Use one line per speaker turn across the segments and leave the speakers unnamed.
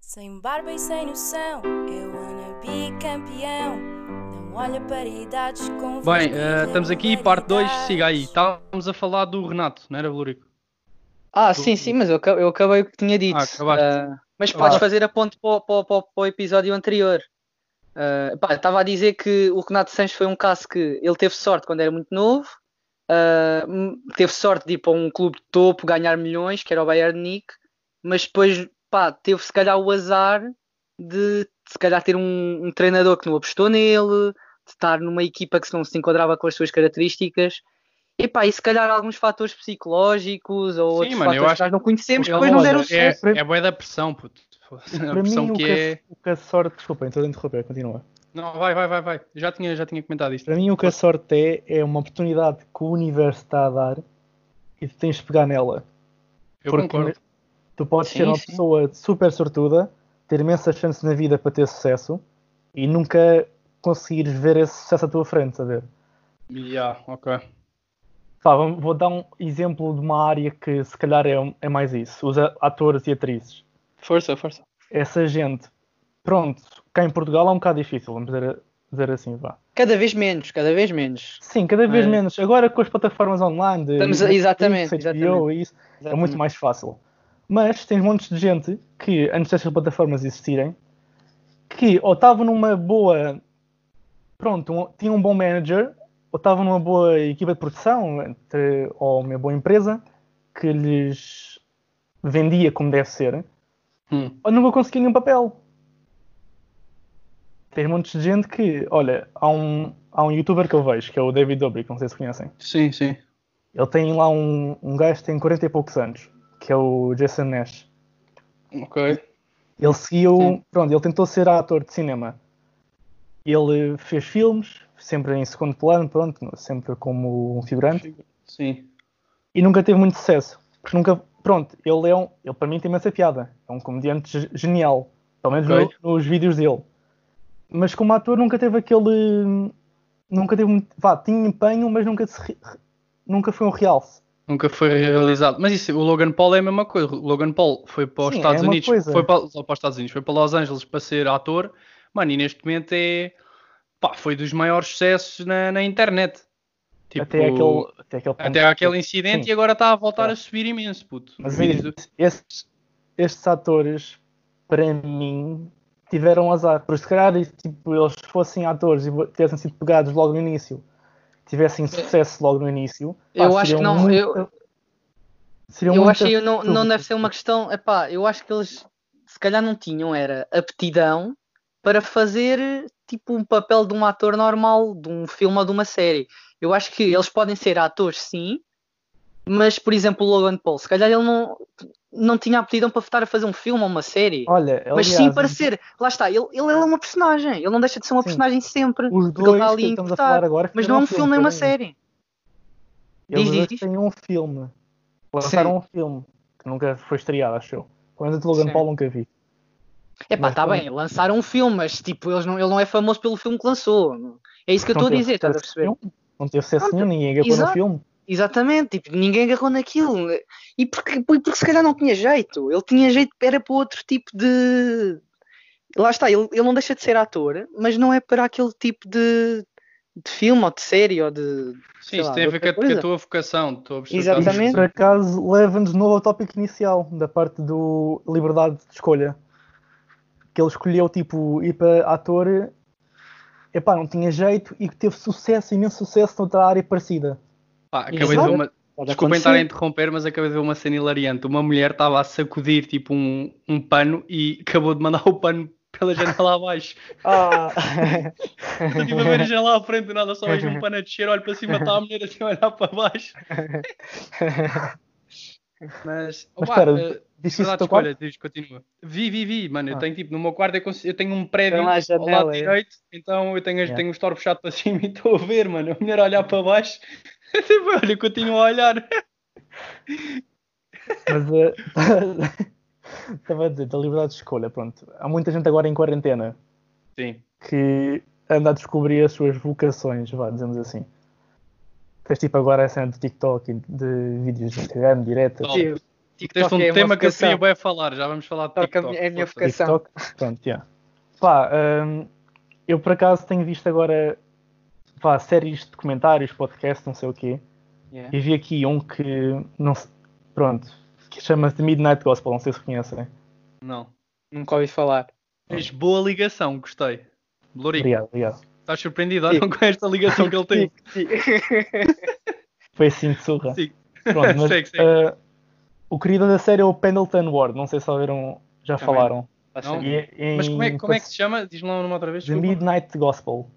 Sem barba e sem noção, eu Ana bicampeão. Não olha para idades com
Bem, eh, estamos aqui, parte 2, siga aí. Estávamos a falar do Renato, não era, Valorico?
Ah,
Do-
sim, sim, mas eu, aca- eu acabei o que tinha dito.
Ah, acabaste.
Ah, mas
Ah.
podes fazer a ponte para o episódio anterior. Ah, pá, Estava a dizer que o Renato Sanches foi um caso que ele teve sorte quando era muito novo, ah, hum, teve sorte de ir para um clube de topo, ganhar milhões, que era o Bayern de Munique, mas depois pá, teve se calhar o azar de se calhar ter um, um treinador que não apostou nele, de estar numa equipa que não se enquadrava com as suas características. E pá, e se calhar alguns fatores psicológicos ou
Sim,
outros
mano, eu
fatores que
acho
nós não conhecemos, que
Ele-
depois não deram
é,
sucesso.
é bué da pressão, puto. Foda-se, A
Para mim,
pressão
o
que
que,
é.
a, o que a sorte. Desculpem, estou a interromper, continua.
Não, vai, vai, vai, vai. Eu Já tinha, já tinha comentado isto.
Para mim, o que a sorte é, é uma oportunidade que o universo está a dar e tu tens de pegar nela.
Eu
porque-
concordo.
Tu podes
Sim,
ser uma
sim.
pessoa super sortuda, ter imensas chances na vida para ter sucesso e nunca conseguires ver esse sucesso à tua frente, a ver?
Yeah, ok.
Pá, vamo- vou dar um exemplo de uma área que se calhar é, é mais isso: os a- atores e atrizes.
Força, força.
Essa gente, pronto, cá em Portugal é um bocado difícil, vamos dizer, dizer assim, vá.
Cada vez menos, cada vez menos.
Sim, cada vez
É.
menos. Agora com as plataformas online de
Estamos a-
Netflix,
exatamente,
HBO
exatamente.
e isso, é muito mais fácil. Mas tens montes de gente que, antes destas plataformas existirem, que ou estavam numa boa. Pronto, um- tinha um bom manager, ou estavam numa boa equipa de produção, entre- ou uma boa empresa, que lhes vendia como deve ser,
Hum.
ou nunca conseguiam nenhum papel. Tens montes de gente que, olha, há um, há um youtuber que eu vejo, que é o David Dobrik, não sei se conhecem.
Sim, sim.
Ele tem lá um, um gajo que tem 40 e poucos anos, que é o Jason Nash.
Ok.
Ele seguiu,
Sim.
pronto, ele tentou ser ator de cinema. Ele fez filmes, sempre em segundo plano, pronto, sempre como um figurante,
Sim.
e nunca teve muito sucesso. Nunca, pronto, ele é um, ele para mim tem imensa piada. É um comediante ge- genial, pelo menos
Ok.
no- nos vídeos dele. Mas como ator nunca teve aquele, nunca teve muito, vá, tinha empenho, mas nunca se re- re- nunca foi um realce.
Nunca foi realizado. Mas isso, o Logan Paul é a mesma coisa. O Logan Paul foi para os
Sim, é
Estados
uma
Unidos.
coisa.
Foi para, só para os Estados Unidos, foi para Los Angeles para ser ator. Mano, e neste momento é. Pá, foi dos maiores sucessos na, na internet. Tipo,
até aquele, até aquele, ponto.
até aquele incidente
Então, Sim.
e agora está a voltar
Tá.
a subir imenso, puto.
Mas
Os vídeos
veja,
do-
estes, estes atores, para mim, tiveram azar. Porque se calhar tipo, eles fossem atores e bo- tivessem sido pegados logo no início, tivessem sucesso logo no início,
É. Eu acho que
seriam
não,
muito-
eu-
seriam
eu
muito
acho que não, não
absurdos.
deve ser uma questão. Epá, eu acho que eles se calhar não tinham, era aptidão para fazer tipo um papel de um ator normal, de um filme ou de uma série. Eu acho que eles podem ser atores, sim, mas por exemplo, o Logan Paul, se calhar ele não, não tinha aptidão para estar a fazer um filme ou uma série.
Olha,
mas sim
aliás,
para ser. Lá está, ele, ele é uma personagem, ele não deixa de ser uma
Sim.
personagem sempre.
Os
porque ele
dois
está
que
ali a
estamos a
interpretar,
falar agora
Mas não é um filme nem
para
uma
mim.
série. Diz,
Eles
diz,
dois
diz.
têm um filme. Lançaram um filme que nunca foi estreado, acho eu. Pelo menos o de Logan
Sim.
Paul nunca vi.
Epá,
Mas
tá
como-
bem, lançaram um filme, mas tipo, eles não, ele não é famoso pelo filme que lançou. É isso que eu
Não
estou a
teve
dizer, estás a
sucesso
perceber?
nenhum, Não teve sucesso
Pronto,
nenhum, ninguém agarrou no
exato.
filme.
Exatamente, tipo, ninguém agarrou naquilo. E porque, e porque se calhar não tinha jeito. Ele tinha jeito, era para outro tipo de. Lá está, ele, ele não deixa de ser ator, mas não é para aquele tipo de, de filme ou de série ou de.
Sim,
sei
isso
lá,
tem a
de
ver com
outra
a, com a
coisa.
tua vocação. Estou a perceber.
Exatamente.
Isto, por acaso, leva-nos de novo ao tópico inicial, da parte do liberdade de escolha. Que ele escolheu, tipo, ir para ator, epá, não tinha jeito e que teve sucesso, imenso sucesso noutra área parecida.
Pá, acabei de
Exato.
ver uma,
Pode
Desculpem
acontecer.
estar a interromper, mas acabei de ver uma cena hilariante. Uma mulher estava a sacudir tipo um, um pano e acabou de mandar o pano pela janela abaixo.
Ah,
Eu estive a ver a janela à frente do nada, só vejo um pano a descer, olho para cima, está a mulher assim a olhar para baixo. Mas,
Mas
opá,
espera,
eh,
disse
verdade
isso do
de
teu quarto?
escolha, diz, continua. Vi, vi, vi, mano, eu
Ah.
tenho tipo, no meu quarto eu, consigo- eu tenho um prédio
Tem lá a
ao lado
janela, é.
direito, então eu tenho,
Yeah.
tenho o store fechado para cima e estou a ver, mano, a mulher a olhar para baixo. Tipo, olha, continuo a olhar.
Mas eh, estava a dizer, da liberdade de escolha, pronto. Há muita gente agora em quarentena
Sim.
que anda a descobrir as suas vocações, vá, dizemos assim. Tens tipo agora a cena do TikTok, e de vídeos de Instagram, diretas.
Top.
Tive, TikTok
Tens um
é a
tema que eu
vocação.
queria bem falar, já vamos falar de
TikTok é a
TikTok.
minha- é a minha
força.
vocação.
TikTok. Pronto, yeah. Pá, hum, eu por acaso tenho visto agora pá, séries de documentários, podcast, não sei o quê.
Yeah.
E vi aqui um que não se- pronto, que chama-se The Midnight Gospel, não sei se conhecem.
Não.
Nunca ouvi falar.
Tens boa ligação, gostei. Lourico,
Obrigado, obrigado.
estás surpreendido ou não com esta ligação que ele tem?
Foi assim de surra.
Sim.
Pronto, mas,
Segue, segue.
ah, o querido da série é o Pendleton Ward, não sei se ouviram, já
Também.
falaram.
Não.
E é em-
Mas como é, como é que se chama? Diz-me lá uma outra vez.
The
desculpa.
Midnight Gospel.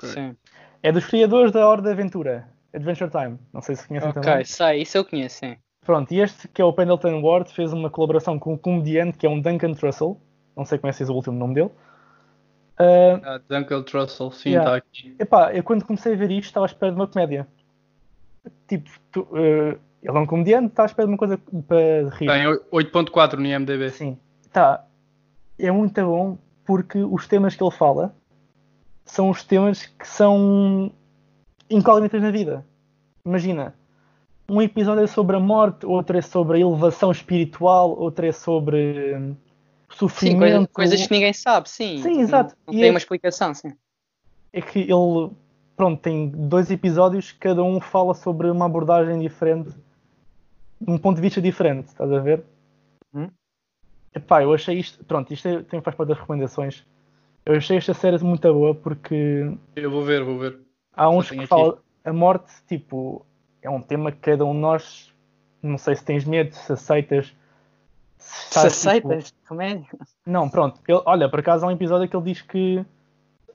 Sim.
É dos criadores da Hora da Aventura, Adventure Time. Não sei se conhecem também.
Ok, sei, isso eu conheço, sim.
Pronto, e este que é o Pendleton Ward fez uma colaboração com um comediante que é um Duncan Trussell, não sei como é que se diz o último nome dele. Ah,
Ah, Duncan Trussell, sim, está
Yeah.
aqui.
epá, eu quando comecei a ver isto estava à espera de uma comédia. Tipo, tu, eh, ele é um comediante, está à espera de uma coisa para rir.
Tem oi- 8.4 no IMDB.
Sim, tá. É muito bom porque os temas que ele fala são os temas que são incógnitas na vida. Imagina, um episódio é sobre a morte, outro é sobre a elevação espiritual, outro é sobre hum,
Sim,
sofrimento.
coisa- coisas que ninguém sabe, sim.
Sim, exato.
Não,
E
não tem
é-
uma explicação, sim.
É que ele, pronto, tem dois episódios, cada um fala sobre uma abordagem diferente, num ponto de vista diferente, estás a ver?
Uhum.
Epá, eu achei isto, pronto, isto é- tem, faz parte das recomendações. Eu achei esta série muito boa porque
Eu vou ver, vou ver.
há uns
tenho
que
aqui.
falam, a morte, tipo, é um tema que cada um de nós, não sei se tens medo, se aceitas. Se,
Se
estás, tipo,
aceitas, remédio.
Não, pronto, ele- olha, por acaso há um episódio que ele diz que.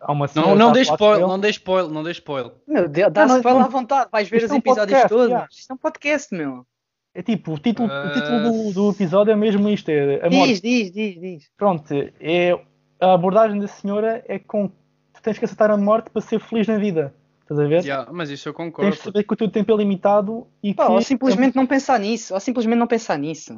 Há uma
Não,
senhora
não
que
tá
dê
está a falar com
spoiler,
ele.
não dê spoiler, não dê spoiler.
Meu Deus, dá
Não, não,
vai lá à
isto-
vontade, vais ver
isto
os
é um
episódios
podcast,
todos.
já.
Isto é um podcast, meu.
É tipo, o título, o título
Ah.
do, do episódio é mesmo isto: é a morte.
Diz, diz, diz, diz.
Pronto, é, a abordagem da senhora é com tu tens que aceitar a morte para ser feliz na vida. Estás a ver?
Yeah, mas isso eu concordo.
tens de saber que o teu tempo é limitado e
Pá,
que.
é
ou simplesmente não pensar nisso, ou simplesmente não pensar nisso.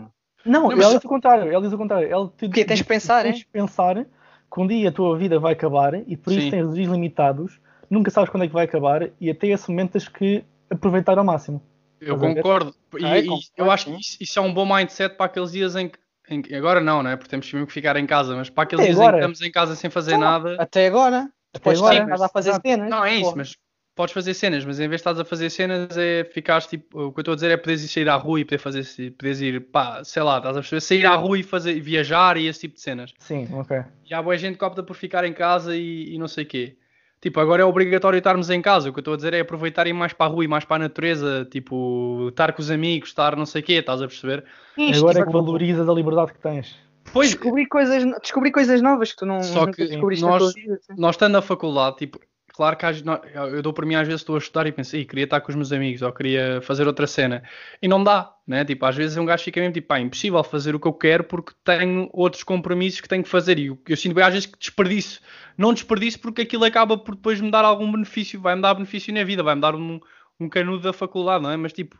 Não,
Não,
mas-
é um- ela diz o contrário. Ela diz o contrário. Ela te,
Porque é tens de pensar,
tens de pensar que um dia a tua vida vai acabar e por isso
Sim.
tens dias limitados, nunca sabes quando é que vai acabar e até esse momento tens que aproveitar ao máximo.
Eu
Estás a ver?
concordo. E,
Ah, eu
e
concordo,
eu acho que
sim.
isso, isso é um bom mindset para aqueles dias em que. em que- agora não, né? Porque temos mesmo que ficar em casa, mas para aqueles
Até
dias em
agora.
que estamos em casa sem fazer
É, Então,
nada.
Até agora. Depois
agora,
agora, estás a fazer
exato.
cenas.
Não, é isso,
porra.
mas podes fazer cenas, mas em vez de estás a fazer cenas, é ficares tipo. O que eu estou a dizer é poderes ir sair à rua e poder fazer, poderes ir, pá, sei lá, estás a perceber? Sair à rua e fazer, viajar e esse tipo de cenas.
Sim, ok.
E há boa gente que opta por ficar em casa e, e não sei o quê. Tipo, agora é obrigatório estarmos em casa. O que eu estou a dizer é aproveitar e ir mais para a rua e mais para a natureza. Tipo, estar com os amigos, estar não sei o quê, estás a perceber?
Agora
tipo,
é que valorizas a liberdade que tens.
Pois,
Descobri coisas, no- descobri coisas novas que tu não
Só
nunca
que
descobriste
nós-
na tua vida. sim.
nós estando na faculdade, tipo, claro que às- nó- eu dou por mim às vezes estou a estudar e penso, "Ih, queria estar com os meus amigos ou queria fazer outra cena. E não dá, né? Tipo, às vezes um gajo fica mesmo tipo, pá, impossível fazer o que eu quero porque tenho outros compromissos que tenho que fazer. E eu, eu sinto bem às vezes que desperdício. Não desperdício porque aquilo acaba por depois me dar algum benefício, vai-me dar benefício na vida, vai-me dar um, um canudo da faculdade, não é? Mas tipo.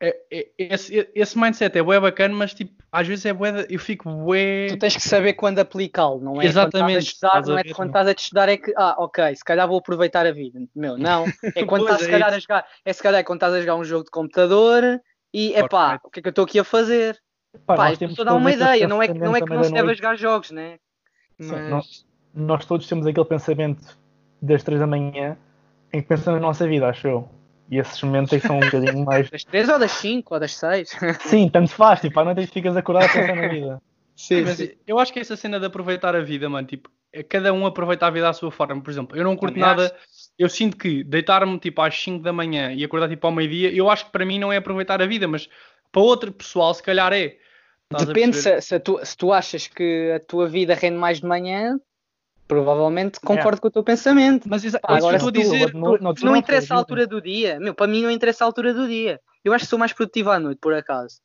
é- é- esse, esse mindset é bué bacana, mas tipo, às vezes é bué, de- eu fico bué...
Tu tens que saber quando aplicá-lo, não é?
Exatamente,
Quando estás a
estás
estudar,
a
não é?
ver,
quando
não.
estás a te estudar é que, ah, ok, se calhar vou aproveitar a vida. Meu, não. É quando
Pois,
estás,
é
se calhar, a jogar. É se calhar quando estás a jogar um jogo de computador e, epá, o que é que eu estou aqui a fazer?
Pá,
Pá,
nós
isto
temos
só dá uma
todos aquele
ideia, não é, que- não é que
pensamento
não se
também
deve
da noite.
jogar jogos, né?
Sim,
Mas-
nós- Nós todos temos aquele pensamento das três da manhã em que pensamos na nossa vida, acho eu. E esses momentos aí são um bocadinho mais.
Das 3 ou das 5 ou das 6?
Sim, tanto faz, tipo, à noite é que ficas acordado a pensar na vida.
Sim,
Sim,
mas eu acho que essa cena de aproveitar a vida, mano, tipo, é cada um aproveita a vida à sua forma. Por exemplo, eu não curto
Também
nada, eu sinto que deitar-me tipo às 5 da manhã e acordar tipo ao meio-dia, eu acho que para mim não é aproveitar a vida, mas para outro pessoal se calhar é. Estás a
Depende
perceber?
se, se tu, se tu achas que a tua vida rende mais de manhã, provavelmente
É.
concordo com o teu pensamento.
Mas isso, isso
Pá, é Ah, agora
que eu estou a
se
dizer.
tu- no- no-
Não,
não,
interessa a
não.
altura do dia. Meu, para mim não interessa a altura do dia. Eu acho que sou mais produtivo à noite, por acaso.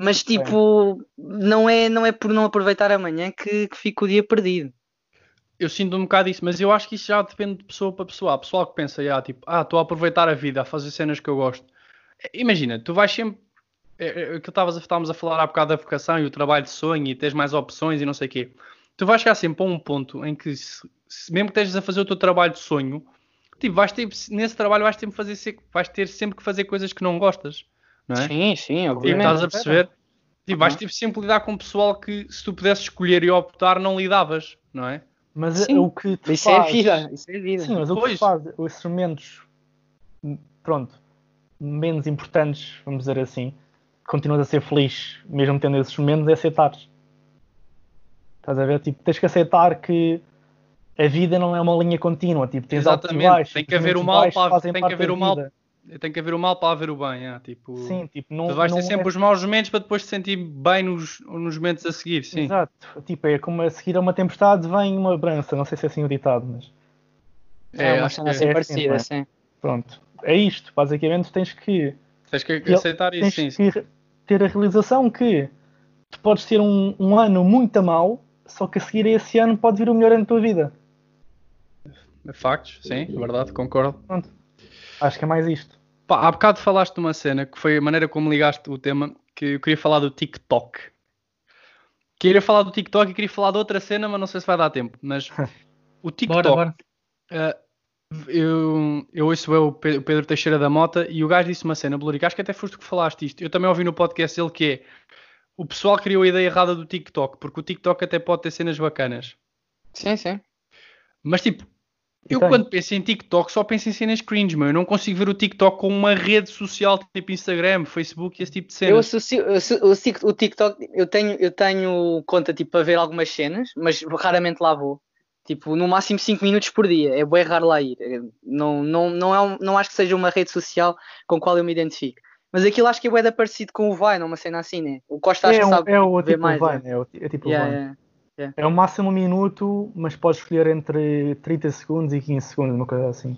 Mas tipo, não é, não é por não aproveitar amanhã que, que fico o dia perdido.
Eu sinto um bocado isso, mas eu acho que isso já depende de pessoa para pessoa. Há pessoal que pensa, ah, tipo, ah, estou a aproveitar a vida, a fazer cenas que eu gosto. Imagina, tu vais sempre. É, é, o que estavas a- estávamos a falar há bocado da vocação e o trabalho de sonho e tens mais opções e não sei o quê. Tu vais chegar sempre a um ponto em que, se, se- mesmo que estejas a fazer o teu trabalho de sonho, tipo, vais ter, nesse trabalho vais ter, fazer, se- vais ter sempre que fazer coisas que não gostas. não é?
Sim, sim,
Tipo,
obviamente.
estás a perceber? Tipo, vais tipo, sempre lidar com pessoal que, se tu pudesses escolher e optar, não lidavas, não é?
Mas
Sim.
o que te
Isso
faz...
é vida, isso é vida.
Sim, mas o que
Pois.
te faz os instrumentos, hum, pronto, menos importantes, vamos dizer assim, continuas a ser feliz, mesmo tendo esses menos, é aceitares. Estás a ver? Tipo, tens que aceitar que a vida não é uma linha contínua. Tipo, tens altos e
Exatamente.
baixos,
Tem que
os
haver o
momentos
mal
baixos
para-
fazem
tem que
parte
haver
da
o mal-
vida.
Tem que haver o mal para haver o bem, é, tipo...
Sim, tipo, não,
Tu vais ter
não
sempre
é-
os maus momentos para depois te sentir bem nos, nos momentos a seguir, sim.
Exato. Tipo, é como a seguir a uma tempestade vem uma brança. Não sei se é assim o ditado, mas
É, uma
acho
cena
que
assim
é assim, não
parecida,
é?
sim.
pronto. É isto. Basicamente, tens que
tens que
Eu-
aceitar isso,
tens
sim. sim.
que re- ter a realização que tu podes ter um, um ano muito a mal, só que a seguir a esse ano pode vir o melhor ano da tua vida.
Factos, sim, é verdade, concordo.
Acho que é mais isto.
Pá, há bocado falaste de uma cena que foi a maneira como ligaste o tema, que eu queria falar do TikTok. Queria falar do TikTok e queria falar de outra cena, mas não sei se vai dar tempo. Mas o TikTok.
Bora, bora.
Uh, eu, eu ouço eu, o Pe- o Pedro Teixeira da Mota e o gajo disse uma cena, Blurica, acho que até foste tu que falaste isto. Eu também ouvi no podcast dele que é o pessoal criou a ideia errada do TikTok, porque o TikTok até pode ter cenas bacanas.
Sim, sim.
Mas tipo, eu
tem.
quando penso em TikTok só penso em cenas cringe, meu. Eu não consigo ver o TikTok como uma rede social tipo Instagram, Facebook e esse tipo de
Eu
cenas.
associo, eu associo- eu sigo- o TikTok, eu tenho, eu tenho conta tipo para ver algumas cenas, mas raramente lá vou. Tipo, no máximo 5 minutos por dia. É bem raro lá ir. É, Não, não, não, é um- não acho que seja uma rede social com a qual eu me identifico. Mas aquilo acho que é bem parecido com o Vine, uma cena assim, né? O Costa acho
é,
que
um-
sabe.
é o
ver
tipo
mais,
Vine, é, o, ti- é tipo
Yeah,
Vine.
yeah.
É o máximo um minuto, mas podes escolher entre 30 segundos e 15 segundos, uma coisa assim.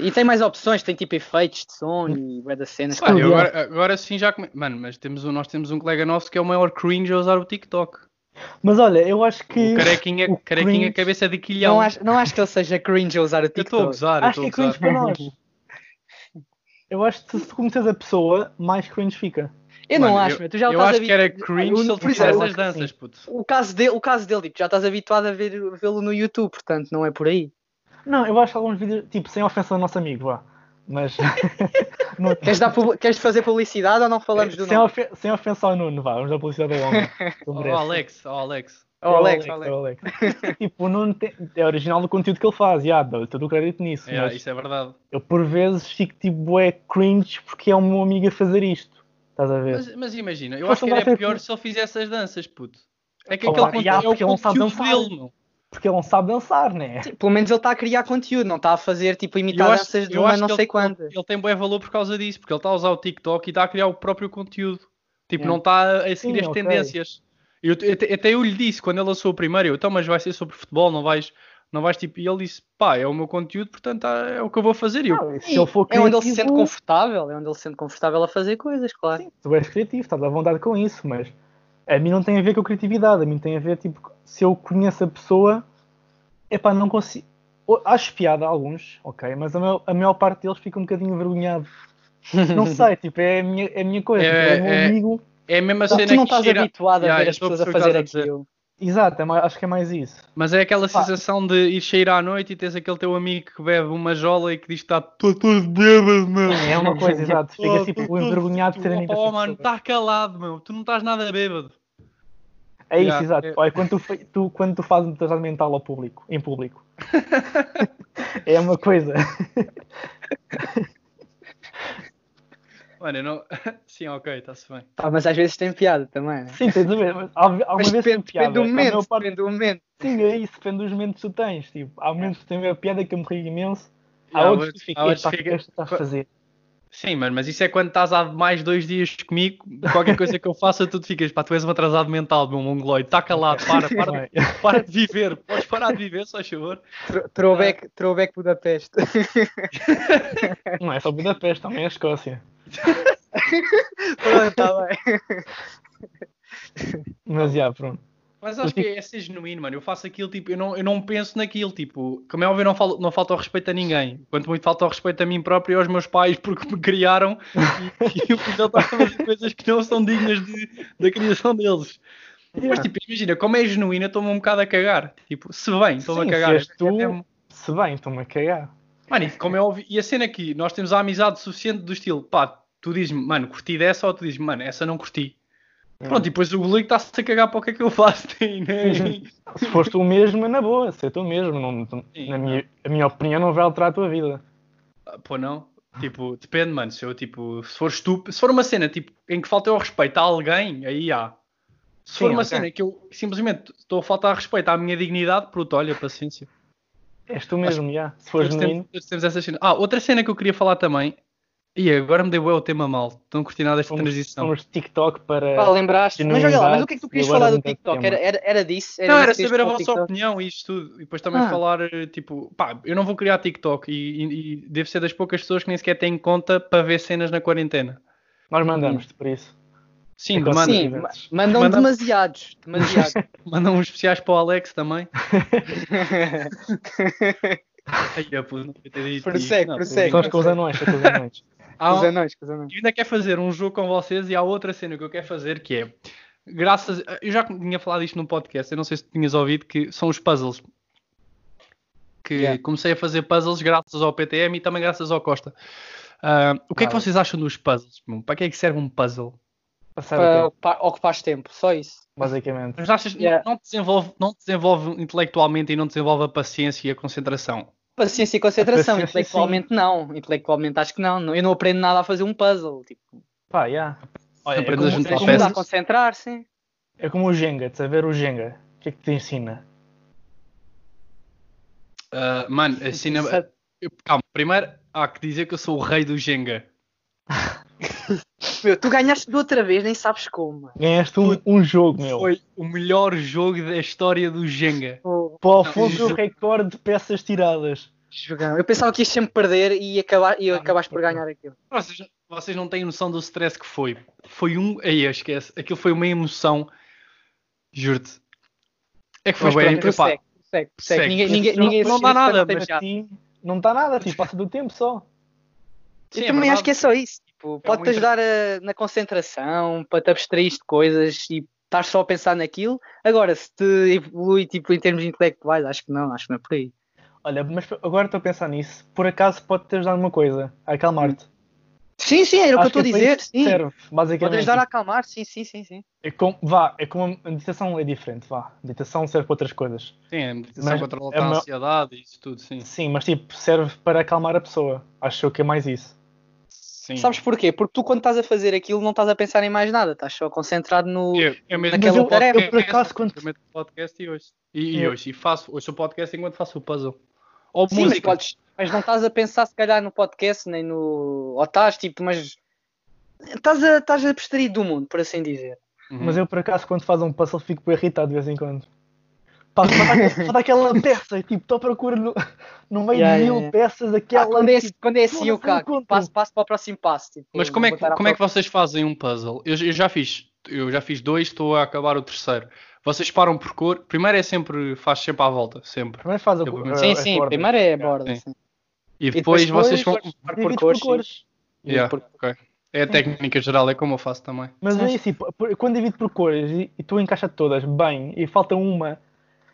E tem mais opções, tem tipo efeitos de som e bué das cenas.
Pá, eu
Sim,
agora, agora sim já come... Mano, mas temos um, nós temos um colega nosso que é o maior cringe a usar o TikTok.
Mas olha, eu acho que.
O carequinha,
o
carequinha
cringe-
cabeça de quilhão.
Não acho, não acho que ele seja cringe a usar o
Eu estou a
TikTok.
gozar, eu estou
acho
a
que é cringe
gozar.
para nós. Eu acho que se tu conheces a pessoa, mais cringe fica.
Eu não
Mano,
acho, meu, tu já
eu
estás
acho que é era
habitu-
cringe se ele
Por
fizesse
exemplo,
as danças, puto.
O caso dele, o caso dele tipo, já estás habituado a ver- vê-lo no YouTube, portanto, não é por aí.
Não, eu acho que alguns vídeos, tipo, sem ofensa ao nosso amigo, vá. Mas. Não-
Queres, dar pub- queres fazer publicidade ou não falamos do
É, sem,
nome?
ofe- sem ofensa ao Nuno, vá, vamos à publicidade ao homem. que ele
Oh,
merece.
Alex, oh, Alex.
É
Oh, Alex,
é
Alex.
o Alex. tipo, o Nuno tem- é original do conteúdo que ele faz, já, dou todo o crédito nisso.
Yeah,
mas
isso é verdade.
eu por vezes fico tipo, é cringe porque é o meu amigo a fazer isto. Estás a ver?
Mas, mas imagina, eu acho
Posso
que era
dar-
pior se ele fizesse as danças, puto. É que
um Oh,
aquele
yeah,
conteúdo é o
porque ele não sabe
conteúdo
dançar.
dele, meu.
Porque ele não sabe dançar, né?
Sim, Pelo menos ele está a criar conteúdo, não está a fazer tipo imitar
Eu acho-
danças de
eu
uma
acho
não
que ele-
sei quantas.
Ele tem bom valor por causa disso, porque ele está a usar o TikTok e está a criar o próprio conteúdo. Tipo,
Yeah.
não está a seguir
Sim,
as
ok.
tendências. Eu, te- até, até eu lhe disse, quando ele lançou o primeiro, eu, então, mas vai ser sobre futebol, não vais... Não vais tipo, e ele disse: pá, é o meu conteúdo, portanto ah, é o que eu vou fazer. E eu,
Não, se ele for
É
criativo,
onde ele se sente confortável, é onde ele se sente confortável a fazer coisas, claro.
tu és criativo, estás à vontade com isso, mas a mim não tem a ver com a criatividade, a mim tem a ver, tipo, se eu conheço a pessoa, epá, não consigo. Ou- Acho piada a alguns, ok, mas a maior, a maior parte deles fica um bocadinho envergonhado. Não sei, tipo, é a minha, é a minha coisa,
É,
tipo, é, o meu
é-
amigo.
é a mesma
Então,
Ou
cena
tu não
que
estás
cheira-
habituado a
Yeah,
ver as
isso é o que
pessoas a
eu
fazer
estava a dizer.
aquilo.
Exato, é mais- acho que é mais isso.
Mas é aquela
Pá.
sensação de ir sair à noite e teres aquele teu amigo que bebe uma jola e que diz que está todo todo bêbado, meu.
É uma coisa, exato,
Oh,
fica tipo
todo-
envergonhado de ser amigo.
Oh,
dessa
mano,
pessoa.
estás calado, meu. Tu não estás nada bêbado.
É isso,
Yeah,
exato.
é-
Olha, quando tu, fe- tu- quando tu fazes um transtorno mental ao público, em público, é uma coisa.
Mano, eu não... Sim, ok, está-se bem.
Pá, mas às vezes tem piada também. né?
Sim, tens a ver, mas há- há uma
Mas
vez
depende,
tem piada.
depende do
A
momento,
maior parte-
depende do momento.
Sim, é isso, depende dos momentos que tu tens. Tipo, há momentos que tem a piada que eu me rio imenso, há
Yeah,
outros que
há
tu ficas,
outros
pá, o
que
que é
fica-
que estás a fazer?
Sim, mano, mas isso é quando estás há mais dois dias comigo. Qualquer coisa que eu faça, tu te ficas. Pá, tu és um atrasado mental, meu mongoloide. Está calado, para,
Não
para,
é?
de- para de viver. Podes parar de viver, só favor.
Tro- Throwback, throwback Budapeste.
Não é só Budapeste, também é a Escócia.
Pronto, tá bem.
Mas já, pronto.
Mas acho que é ser genuíno, mano. Eu faço aquilo, tipo, eu não, eu não penso naquilo, tipo, como é óbvio, eu não, falo, não falta ao respeito a ninguém. Quanto muito falta ao respeito a mim próprio e aos meus pais, porque me criaram e, e eu fiz outras coisas que não são dignas de- da criação deles. Mas, tipo, imagina, como é genuíno, eu estou-me um bocado a cagar. Tipo, se bem, estou-me a
Sim,
cagar.
se és tu-
É mesmo.
Se bem, estou-me a cagar.
é Mano, e como é óbvio, e a cena aqui, nós temos a amizade suficiente do estilo, pá, tu dizes-me, mano, curti dessa, ou tu dizes-me, mano, essa não curti. Pronto, e depois o goleiro está-se a cagar para o que é que eu faço, né?
Se foste tu mesmo, é na boa, se é tu mesmo. Não,
Sim.
na minha, a minha opinião não vai alterar a tua vida.
Ah, Pô, não? Tipo, depende, mano. Se eu, tipo, se for estúpido, se for uma cena tipo, em que falta eu respeito a alguém, aí há. Se for
Sim,
uma
ok.
cena que eu simplesmente estou a faltar respeito à minha dignidade, pronto, olha, paciência.
És tu mesmo, já. Se for
Todos
genuíno.
temos, todos temos essas cenas. Ah, outra cena que eu queria falar também. E agora me deu bué o tema mal. Não curti nada esta
Somos,
transição.
somos TikTok para.
Pá, lembraste? Mas olha lá, mas o que é que tu querias
Agora
falar do
mudar de
TikTok?
tema.
Era, era, era disso?
não, era
disso que querias
saber a
falar do
vossa
TikTok?
opinião e isto tudo. E depois também
Ah.
falar, eh, tipo, pá, eu não vou criar TikTok e, e, e devo ser das poucas pessoas que nem sequer têm conta para ver cenas na quarentena.
Nós mandamos-te por isso.
Sim,
Agora
manda,
Sim,
Manda.
ma- mandam
Manda-
demasiados. Demasiados.
manda uns especiais para o Alex também. Ai, eu pus- não devia ter dito
Prossegue,
isto. Não,
prossegue. é.
São
pus-
os com os anões, são com os anões.
Há um-
Os anões, os anões.
eu ainda quero fazer um jogo com vocês e há outra cena que eu quero fazer que é, graças, eu já tinha falado isto num podcast, eu não sei se tinhas ouvido, que são os puzzles. Que
Yeah.
comecei a fazer puzzles graças ao PTM e também graças ao Costa. Ah, o que é que
Vale.
vocês acham dos puzzles? meu? Para que é que serve um puzzle?
Passar o
Para
tempo,
ocupar, ocupares tempo, só isso.
basicamente.
Mas achas,
Yeah.
não, te desenvolve, não te desenvolve intelectualmente e não te desenvolve a paciência e a concentração?
Paciência e concentração,
Paciência,
intelectualmente não. Intelectualmente acho que não. não. Eu não aprendo nada a fazer um puzzle. Tipo,
Pá, já.
Olha, é
Aprendes
como-
a juntar
é como
como dá a
dar-
concentrar-se.
É como o Jenga, de saber o Jenga. O que é que te ensina?
Ah, mano, assim, na-
Sabe-
eu- calma, primeiro há que dizer que eu sou o rei do Jenga.
Meu, tu ganhaste de outra vez, nem sabes como. mano.
Ganhaste um, um jogo, meu.
Foi o melhor jogo da história do Jenga.
Oh,
Para o Afonso,
Não.
o recorde de peças tiradas.
jogão. Eu pensava que ias sempre perder e, acabar, e
Ah,
acabaste por
não.
ganhar aquilo.
Vocês, vocês não têm noção do stress que foi. Foi um. Aí, esquece. Aquilo foi uma emoção. Juro-te. É que foi
Mas
bem.
pronto,
epá,
prossegue, prossegue, prossegue.
segue.
Ninguém, ninguém,
Não-
ninguém
não dá
assiste,
nada,
tem
mas
piada.
Ti, não está nada, tipo, passa do tempo só.
sim,
eu
é
também
verdade.
acho que é só isso. Tipo,
um
Pode-te
inter-
ajudar a- na concentração, para te abstrair de coisas e estás só a pensar naquilo. Agora, se te evolui tipo, em termos intelectuais, acho que não, acho que não é por aí.
Olha, mas agora estou a pensar nisso. Por acaso pode-te ajudar numa coisa, a acalmar-te.
Sim, sim, era o que é eu
Acho
estou a
é para
dizer.
isso que
Sim.
Serve,
Pode
basicamente.
ajudar a acalmar, sim, sim, sim, sim.
É como, vá, é como a meditação é diferente, vá. A meditação serve para outras coisas.
Sim, a meditação
Mas
contra a
é uma-
ansiedade e isso tudo, sim.
Sim, mas tipo, serve para acalmar a pessoa. Acho eu que é mais isso.
sim.
Sabes porquê? Porque tu quando estás a fazer aquilo não estás a pensar em mais nada, estás só concentrado no.
Eu, eu mesmo
Mas eu-
faço
eu,
por acaso, quando-
eu meto podcast e hoje. E,
Eu-
hoje. E faço, ouço o podcast enquanto faço o puzzle. Ou
Sim, mas,
música.
podes- mas não estás a pensar se calhar no podcast, nem no. Ou estás tipo, mas estás a, estás a abstrair do mundo, por assim dizer.
Uhum.
Mas eu por acaso quando faz um puzzle fico bem irritado de vez em quando. Pá, falta falta aquela peça, tipo, estou à procura no, no meio
Yeah,
de mil
yeah, yeah.
peças,
Ah,
aquela.
quando, é,
tipo,
quando é assim,
não
eu
sei o
cago.
quanto.
Passo, passo para o próximo passo. tipo,
Mas como é, que,
vou estar à
como é que
procura.
vocês fazem um puzzle? Eu, eu já fiz, eu já fiz dois, estou a acabar o terceiro. Vocês param por cor. Primeiro é sempre, faz sempre à volta, sempre.
Primeiro faz a
Eu-
cor-
Sim,
a- a
sim,
borda.
primeiro é a borda.
Sim.
sim.
E depois,
depois
vocês vão.
cores. Por
Divides
cores,
por
sim.
cores.
Yeah,
Por-
ok. É
Hum.
a técnica geral, é como eu faço também.
Mas é
Sim.
isso, tipo, por- quando divido por cores e, e tu encaixa todas bem e falta uma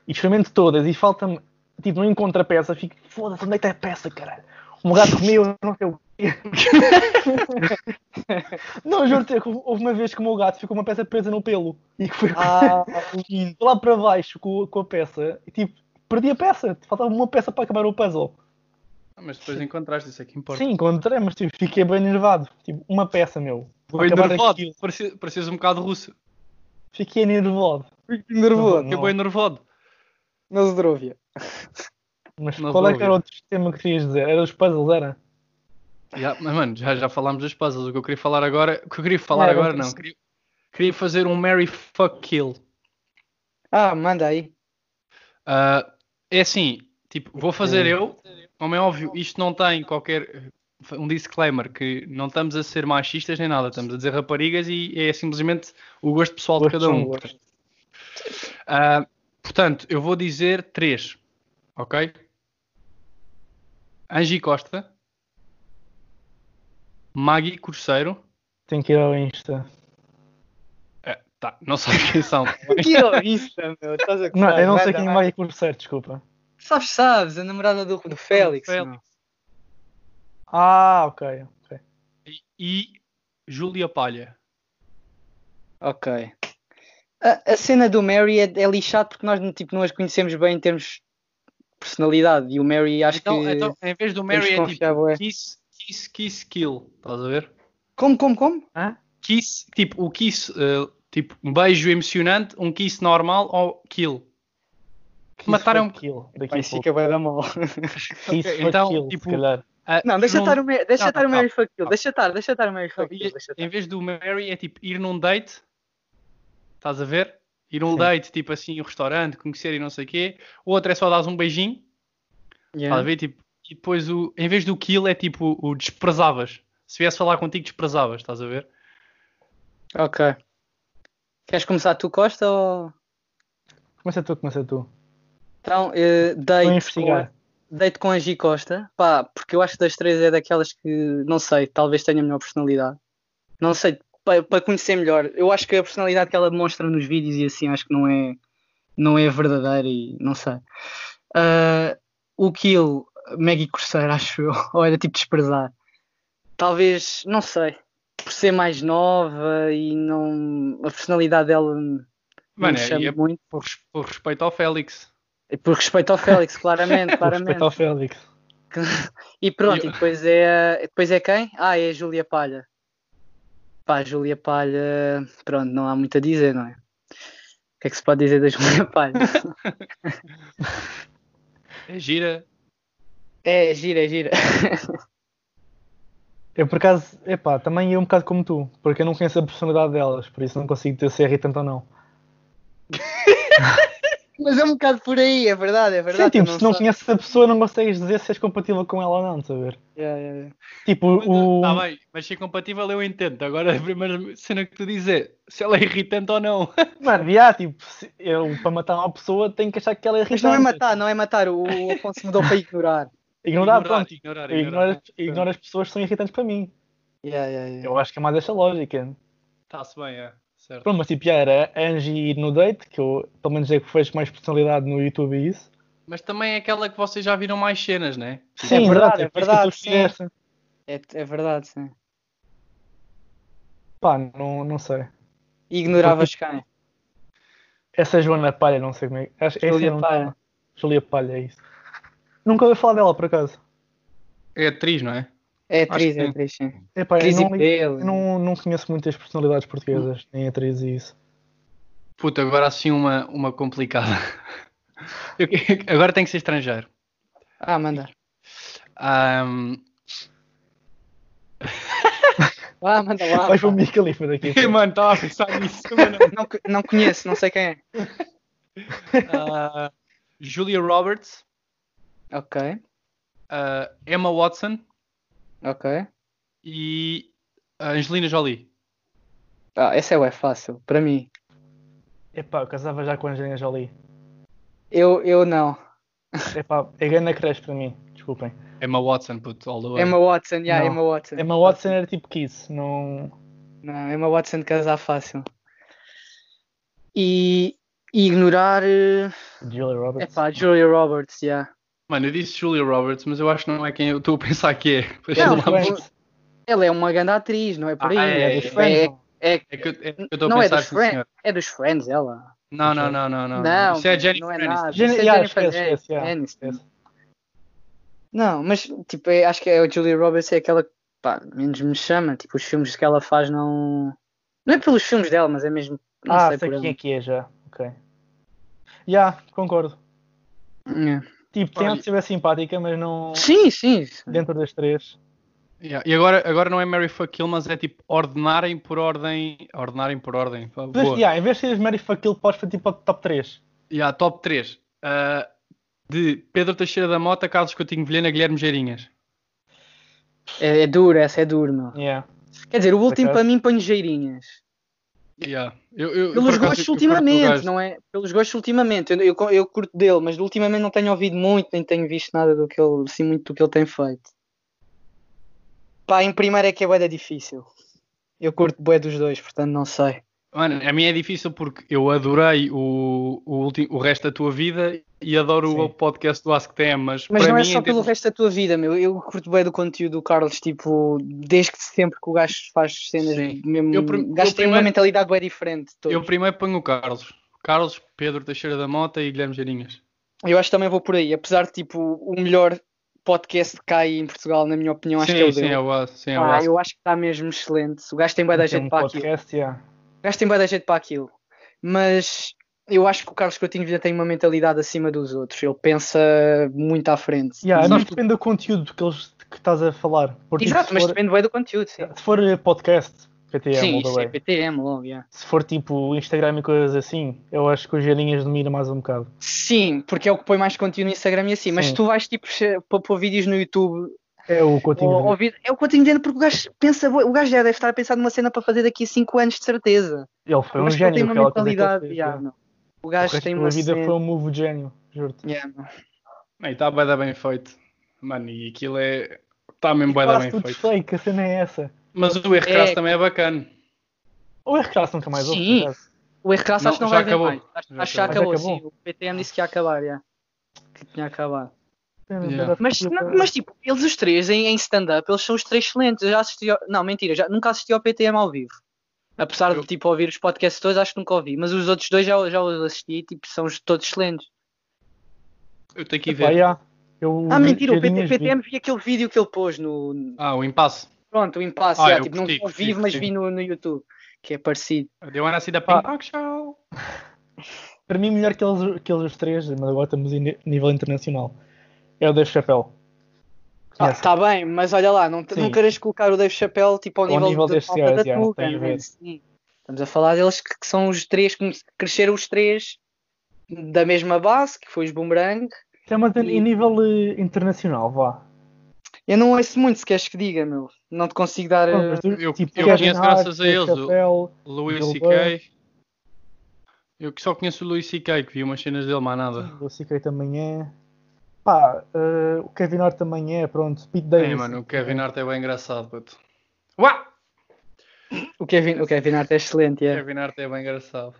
e experimento todas e falta-me, tipo, não encontro a peça, fico, foda-se, onde é que está a peça, caralho? Um gato comeu, não sei o quê. não, juro-te, é que houve houve uma vez que o meu gato ficou uma peça presa no pelo e que foi
Ah,
lá para baixo com, com a peça e, tipo, perdi a peça, faltava uma peça para acabar o puzzle.
Ah, Mas depois encontraste isso aqui importa.
Sim, encontrei, mas tipo, fiquei bem nervado, tipo, uma peça, meu.
Foi
Acabar
nervoso,
aquilo.
parecia- parecias um bocado russo.
Fiquei nervoso.
nervoso.
Fiquei
Não.
bem nervoso.
Na Zdrovia.
Mas
Não
qual
vou
é que era
ouvir. outro
outro tema que querias dizer? Era os puzzles, era?
Já, mas mano, já, já falámos das puzzles. O que eu queria falar agora. O que eu queria falar
Não,
agora
não
não. Queria, queria fazer um Mary Fuck Kill.
Ah, manda aí.
Ah, é assim, tipo, vou fazer eu, como é óbvio, isto não tem qualquer um disclaimer que não estamos a ser machistas nem nada, estamos a dizer raparigas e é simplesmente o gosto pessoal de
Gosto
cada
são
um.
gostos.
Ah, portanto, eu vou dizer três, ok? Angie Costa, Maggie Curseiro,
Tenho que ir ao Insta.
Ah, tá, não sei quem são.
Tira isso, meu. Estás a
Não,
gozar,
eu não sei
manda,
quem
manda.
vai ir cursar, desculpa.
Sabes, sabes, a namorada do, do Félix.
Félix.
não.
Ah, ok, ok.
E, e Júlia Palha.
Ok. A, a cena do Mary é, é lixado porque nós tipo, não as conhecemos bem em termos de personalidade. E o Mary acho
então,
que.
então, em vez do Mary é
temos que confiar,
tipo
bué.
kiss, kiss, kiss, kill. Estás a ver?
Como, como, como?
Hã?
Kiss, tipo, o kiss, eh, tipo, um beijo emocionante, um kiss normal ou kill.
Que
Matar é
isso
um-
foi Kill, daqui
Vai
a pouco.
fica vai dar mal.
Que isso foi
então,
kill, se
tipo,
calhar.
Ah,
Não, deixa
ir num-
estar o Mary, deixa
Calma,
estar o Mary
calma,
fuck you.
calma.
Deixa estar, deixa estar o Mary fuck you.
E-
Deixa estar.
em vez do Mary é tipo ir num date, estás a ver? Ir num
Sim.
date, tipo assim, um restaurante, conhecer e não sei o quê. O outro é só dar um beijinho, estás a ver? Tipo, e depois o, em vez do kill é tipo o desprezavas. Se viesse falar contigo, desprezavas, estás a ver?
Ok. Queres começar tu, Costa? Ou...
Começa tu, começa tu.
Então, eh,
Vou
date, com a,
investigar.
date com a G Costa. Pá, porque eu acho que das três é daquelas que, não sei, talvez tenha a melhor personalidade. Não sei, para, para conhecer melhor. Eu acho que a personalidade que ela demonstra nos vídeos e assim, acho que não é, não é verdadeira e não sei. Ah, o Kill, Maggie Corseiro, acho eu. Ou era tipo desprezar. Talvez, não sei. Por ser mais nova e não. A personalidade dela não
Mano,
me
é-
chama
é
muito.
por, res- por respeito ao Félix.
E Por respeito ao Félix, claramente,
Com
claramente.
respeito ao Félix.
E pronto,
E
e
eu-
depois é, depois é quem? Ah, é a Júlia Palha. Pá, a Júlia Palha, pronto, não há muito a dizer, não é? O que é que se pode dizer da Júlia Palha?
É gira.
é, gira, gira.
Eu por acaso, epá, também é um bocado como tu, porque eu não conheço a personalidade delas, por isso não consigo ter se é irritante ou não.
Mas é um bocado por aí, é verdade, é verdade.
Sim,
eu
tipo, se não
sei.
conheces a pessoa, não consegues dizer se és compatível com ela ou não, saber?
Yeah, yeah, yeah.
Tipo, o.
tá
Está é, bem, mas se é compatível eu entendo. Agora a primeira cena que tu dizer, se ela é irritante ou não.
Mano, já, tipo, se eu para matar uma pessoa tenho que achar que ela é
Mas
irritante.
não é matar, não é matar. O, o Afonso mudou para ignorar.
Ignorar, pronto.
ignorar,
Eu
ignorar.
ignoro, ignoro as pessoas que são irritantes para mim.
Yeah, yeah, yeah.
Eu acho que é mais essa lógica.
Está-se bem, é. Certo.
Pronto, mas tipo, já era a Angie ir no date, que eu pelo menos é que fez mais personalidade no YouTube e isso.
Mas também é aquela que vocês já viram mais cenas, né?
é verdade,
exato,
é
por isso que
verdade,
tu
sim.
fizeste.
É, é verdade, sim.
Pá, não, não sei.
Ignoravas quem?
Essa Joana Palha, não sei como é. Acho, essa
Júlia
é um-
Palha.
Júlia Palha, é isso. Nunca ouvi falar dela, por acaso.
É atriz, não é?
É
Acho
atriz,
que
é
sim.
atriz, sim.
Epá, eu
Atriz e
não, li-
modelo.
eu não, não conheço muitas personalidades portuguesas, nem atrizes e isso.
Puta, agora assim uma, uma complicada. Eu que- agora tem que ser estrangeiro.
Ah, manda.
Ahm,
Ah, manda lá.
Vais para o
pá.
Mia Khalifa daqui.
mano, estava a pensar nisso. mas não.
Não, co- não conheço, não sei quem é.
Ah, Julia Roberts,
Ok,
ah, Emma Watson
ok.
e a Angelina Jolie.
Ah, essa é o é fácil, para mim.
Epá, eu casava já com a Angelina Jolie.
Eu, eu não.
Epá, é grande crush para mim, desculpem.
Emma Watson, puto, all the way.
Emma Watson, yeah,
Não.
Emma Watson.
Emma Watson era tipo Kiss, não...
Não, Emma Watson casar fácil. E, e ignorar. eh,
Julia Roberts.
Epá, Julia Roberts, yeah.
Mano, eu disse Julia Roberts, mas eu acho que não é quem eu estou a pensar que é. Mas
Não,
sei lá,
mas-
puto.
Ela é uma grande atriz, não é por aí?
Ah, é,
É dos fãs,
é,
não.
é,
é que eu é que eu estou a
não é
pensar
dos
assim,
Friends.
senhor.
É dos Friends, ela.
Não, não, não, não, não.
Não,
Isso é a Jennifer
não é
Aniston.
nada.
Gen-
Isso é
yeah,
Jennifer
esquece, esquece, yeah,
Aniston.
esquece.
Não, mas tipo, é- acho que é a Julia Roberts é aquela que pá, menos me chama. Tipo, os filmes que ela faz não. Não é pelos filmes dela, mas é mesmo. Não
Ah,
sei
sei
por
quem é
ela.
que é já. Ok. Já, concordo.
Yeah.
Tipo, tem
Olha-
a de ser bem simpática, mas não...
É. Sim, sim.
Dentro das três.
Yeah, E agora, agora não é Mary Fuck Kill, mas é tipo ordenarem por ordem. Ordenarem por ordem. pá,
Mas,
Boa.
yeah, em vez de seres Mary Fakil, podes para tipo top 3.
Yeah, top 3. de Pedro Teixeira da Mota, Carlos Coutinho Vilhena, Guilherme Geirinhas.
É, é duro, essa é duro, meu.
Yeah.
Quer dizer, o último
acaso.
para mim põe geirinhas.
Yeah. Eu, eu, por
Pelos
acaso,
gostos
eu curto o
ultimamente,
gajo.
não é? Pelos gostos ultimamente. Eu, eu, eu curto dele, mas ultimamente não tenho ouvido muito, nem tenho visto nada do que ele, assim, muito do que ele tem feito. Pá, em primeiro é que é bué da difícil. Eu curto bué dos dois, portanto não sei.
Mano, a mim é difícil porque eu adorei o, o, último, o resto da tua vida e adoro o
Sim.
podcast do AskTM, mas,
Mas
para
não é
mim, tipo
só
em
pelo
termos-
resto da tua vida, meu. Eu curto bem do conteúdo do Carlos, tipo, desde que sempre que o gajo faz cenas,
Sim.
mesmo,
Eu prim-
o gajo
eu
tem uma
primeiro-
mentalidade bem diferente. de todos.
eu primeiro ponho o Carlos. Carlos, Pedro Teixeira da Mota e Guilherme Geirinhas.
Eu acho que também vou por aí, apesar de, tipo, o melhor podcast que cai em Portugal, na minha opinião, acho que é
Sim,
o
sim,
dele.
é o Ask. Sim, é o
Ah,
Ask.
eu acho que está mesmo excelente. O gajo tem bem da
Tem
gente
um
para aquilo.
podcast, yeah.
O gajo tem bem da gente para aquilo. Mas eu acho que o Carlos Coutinho já tem uma mentalidade acima dos outros. Ele pensa muito à frente.
Yeah,
Mas-
mas depende do conteúdo que, eles, que estás a falar. Porque
Exato,
se
mas
for,
depende bem do conteúdo, sim.
se for eh, podcast, PTM,
Sim,
all the
isso é
way.
PTM, logo, yeah.
Se for tipo Instagram e coisas assim, eu acho que os gelinhas domina mais um bocado.
Sim, porque é o que põe mais conteúdo no Instagram e assim. Mas
Sim.
se tu vais tipo che- para pôr vídeos no YouTube,
É o Coutinho.
ou, ou vídeo- é o Coutinho Viana, porque o gajo pensa, bué- o gajo já deve estar a pensar numa cena para fazer daqui a 5 anos, de certeza.
ele foi
o
um
gajo
gênio.
tem uma
aquela coisa que ele
mentalidade.
fez,
yeah,
yeah.
não. O
O
gajo
resto
tem
da
uma
vida
cena.
foi um move gênio, juro-te.
Yeah, não.
Não, E está bem, bem feito. Mano, e aquilo é. Está mesmo bem,
Quase
bem
tudo
feito.
fake, a cena é essa.
Mas o RCAS
É.
também é bacana.
O RKS nunca mais ouve,
Sim.
por acaso.
O RK acho
Não,
que não
já
vai haver
acabou.
mais. Acho,
Já
acho que já
acabou.
acabou,
Já
sim. O PTM disse que ia acabar, yeah. que tinha acabado.
Pena,
Yeah.
era
Mas,
tipo-
não- mas tipo, eles os três em, em stand-up, eles são os três excelentes. Eu já assisti. Ao... Não, mentira, já, nunca assisti ao PTM ao vivo. Apesar
Eu-
de tipo ouvir os podcasts todos, acho que nunca ouvi. Mas os outros dois já, já os assisti e tipo, são os- todos excelentes.
Eu tenho que ir
Epá,
é.
ver.
yeah. Eu-
Ah, mentira, o PT,
gelinhas vi.
PTM vi aquele vídeo que ele pôs no.
Ah, o impasse.
Pronto, o impasse.
Ah,
já,
eu
tipo, não vi
curti,
ao
curti,
vivo, mas
curti.
vi no, no YouTube, que é parecido.
Deu a nascida
Ah.
Pá.
para show.
Para mim, melhor que eles, que eles os três, mas agora estamos em ni- nível internacional. É o Dave Chappelle.
Ah,
Yes.
tá bem, mas olha lá, não, te-
Sim.
não queiras colocar o Dave Chappelle tipo ao
Ao
nível,
nível
de,
deste
malta
gajo,
da
já, não
Tuga,
tem a
né?
ver.
Sim. Estamos a falar deles que, que são os três, que cresceram os três da mesma base, que foi os Boomerang.
Sim, é, mas em, em nível eh, internacional, vá.
Eu não ouço muito, se queres que diga, meu. Não te consigo dar.
Pá,
eh,
mas tipo, tu-
eu- eu
Kevin
conheço
Hart,
graças a
Dave
eles, o-
Chappelle,
Louis
Bill
C.K. Eu que só conheço o Louis C.K. que vi umas cenas dele, mais nada.
o CK também é. Pá, eh, o Kevin Hart também é, pronto. Pete Davis.
É, mano, o Kevin Hart é bem engraçado, puto. Uá!
o, Kevin, o Kevin Hart é excelente, é.
Kevin Hart é bem engraçado.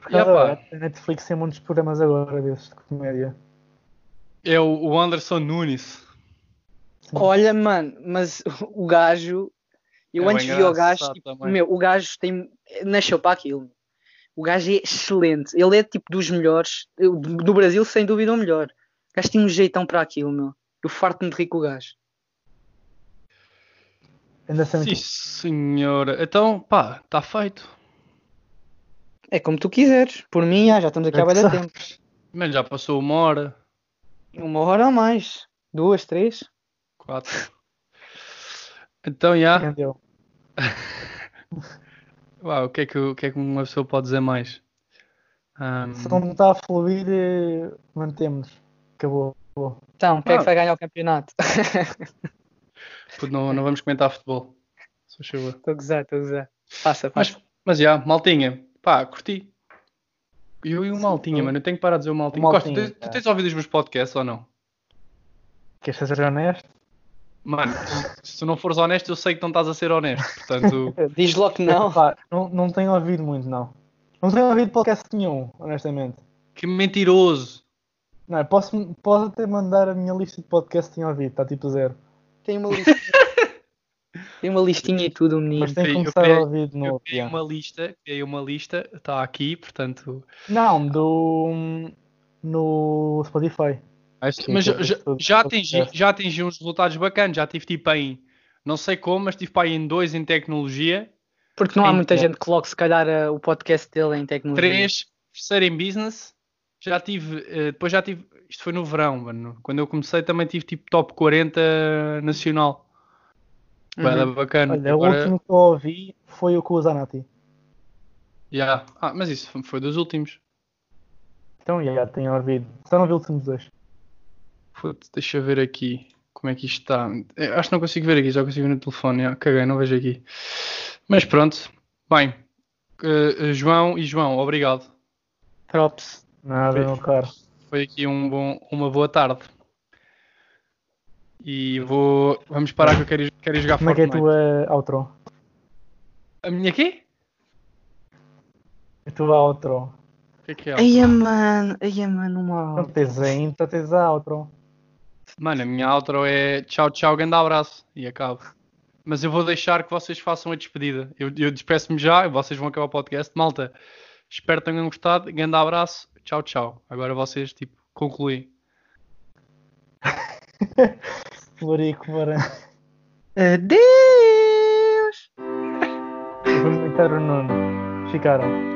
Por
E,
causa
opa,
da- A Netflix tem muitos programas agora desses de comédia.
é o o Anderson Nunes.
Olha, mano, mas o gajo. Eu
É
antes
bem
vi o gajo,
engraçado
tipo,
também.
meu, o gajo tem. Nasceu para aquilo. O gajo é excelente. Ele é tipo dos melhores. eu- Do Brasil, sem dúvida, o melhor. O gajo tem um jeitão para aquilo, meu. Eu farto-me de rico o gajo.
Ainda sendo
Sim, senhora. Então, pá, está feito.
É como tu quiseres. Por mim, ah, já estamos aqui a
É que
dar tempo.
Mano, já passou uma hora,
Uma hora ou mais. Duas, três.
quatro. Então, já.
entendeu.
Uá, o, que é que, o que é que uma pessoa pode dizer mais? Ahm,
Se não está a fluir, eh, mantemos. Acabou.
Então, quem é
Ah.
que vai ganhar o campeonato?
um
puto, não, não vamos comentar futebol. Só chegou.
Estou a gozar, estou a gozar. Passa, passa.
Mas, mas já, maltinha, pá, curti. Eu e o Maltinha,
sim.
mano, eu tenho que parar de dizer o Maltinha.
O Maltinha,
Costa, tu, tu
é.
tens ouvido os meus podcasts ou não?
Queres ser honesto?
Mano, se, se tu não fores honesto, eu sei que não estás a ser honesto. Portanto,
eh, Diz logo que não.
Pá, não, não tenho ouvido muito, não. Não tenho ouvido podcast nenhum, honestamente.
que mentiroso.
Não, eu posso, posso até mandar a minha lista de podcast que tinha ouvido, está tipo zero.
Tem uma listinha. Tem uma listinha e tudo, o menino.
Mas tem que
eu
começar
queria-
a ouvir de
Eu
novo.
criei
já.
uma lista, criei uma lista, está aqui, portanto.
Não, do. no Spotify. Sim, então,
mas
sim,
já,
sim, sim.
já, atingi, já atingi uns resultados bacanas, já tive tipo em, não sei como, mas tive pá, em dois em tecnologia,
Porque não há
Sim,
muita
é.
gente que coloque, se calhar, a- o podcast dele em tecnologia.
Três, terceiro em business. Já tive, eh, depois já tive, isto foi no verão, mano. Quando eu comecei também tive tipo top 40 nacional.
Uhum.
Bué da bacana.
Olha, é o
Agora-
último que eu ouvi foi o com o Zanati.
Ya. Ah, mas isso foi dos últimos.
Então, já, já tenho ouvido. Só não vi os últimos dois.
Foda-se, deixa eu ver aqui como é que isto está. Eh, Acho que não consigo ver aqui, já consigo ver no telefone. ya. Caguei, não vejo aqui. Mas pronto, bem. eh, eh, João e João, obrigado.
Props.
Nada,
Sim.
meu caro.
Foi aqui um bom- uma boa tarde. E vou.
é
Vamos parar que eu quero ir, quero ir jogar
Como é que é a
Fortnite.
tua outro?
A minha quê?
A tua outro.
O que é que é?
Eia, mano. Eia, mano, uma
Não
outro.
tens a intro, tens a outro.
Mano, a minha outro é tchau, tchau, grande abraço e acabo. Mas eu vou deixar que vocês façam a despedida. Eu, eu despeço-me já, vocês vão acabar o podcast. Malta, espero que tenham gostado. Grande abraço, tchau, tchau. Agora vocês, tipo, concluem.
Florico, para.
Adeus!
Vou imitar o Nuno. Ficaram.